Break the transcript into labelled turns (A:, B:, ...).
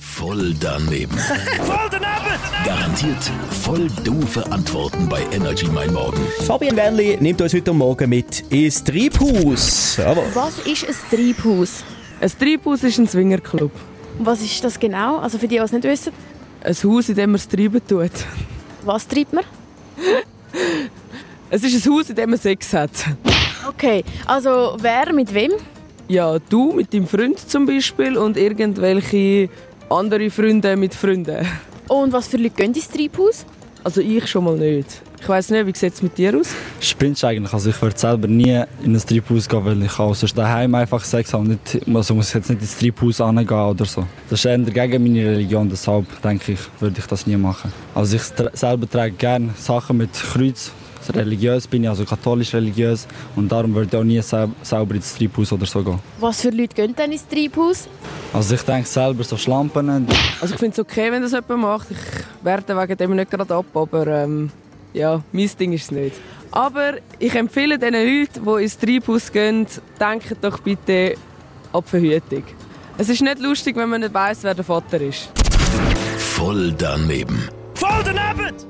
A: Voll daneben. Garantiert voll doofe Antworten bei Energy Mein Morgen.
B: Fabian Wernli nimmt uns heute Morgen mit ins Treibhaus. Jawohl.
C: Was ist ein Treibhaus?
D: Ein Treibhaus ist ein Swingerclub.
C: Und Was ist das genau? Also für die, die es nicht wissen,
D: Ein Haus, in dem man es treiben tut.
C: was treibt man?
D: Es ist ein Haus, in dem man Sex hat.
C: Okay, also wer mit wem?
D: Ja, du mit deinem Freund zum Beispiel und irgendwelche andere Freunde mit Freunden.
C: Und was für Leute gehen ins Treibhaus?
D: Also ich schon mal nicht. Ich weiß nicht, wie sieht es mit dir aus?
E: Spinnst du eigentlich? Also ich würde selber nie in ein Treibhaus gehen, weil ich auch sonst daheim einfach Sex habe. Nicht, also muss ich jetzt nicht ins Treibhaus angehen oder so. Das ist eher gegen meine Religion, deshalb denke ich, würde ich das nie machen. Also ich tra- selber trage gerne Sachen mit Kreuz. Religiös bin ich, also katholisch-religiös. Und darum würde ich auch nie sel selber ins Treibhaus oder so gehen.
C: Was für Leute gehen denn ins Treibhaus?
E: Also ich denke selber so Schlampen,
D: Also ich finde es okay, wenn das jemand macht. Ich werde wegen dem nicht gerade ab, aber ähm, ja, mein Ding ist es nicht. Aber ich empfehle den Leuten, die ins Treibhaus gehen, denken doch bitte an die Verhütung. Es ist nicht lustig, wenn man nicht weiß, wer der Vater ist.
A: Voll daneben.
F: Voll daneben!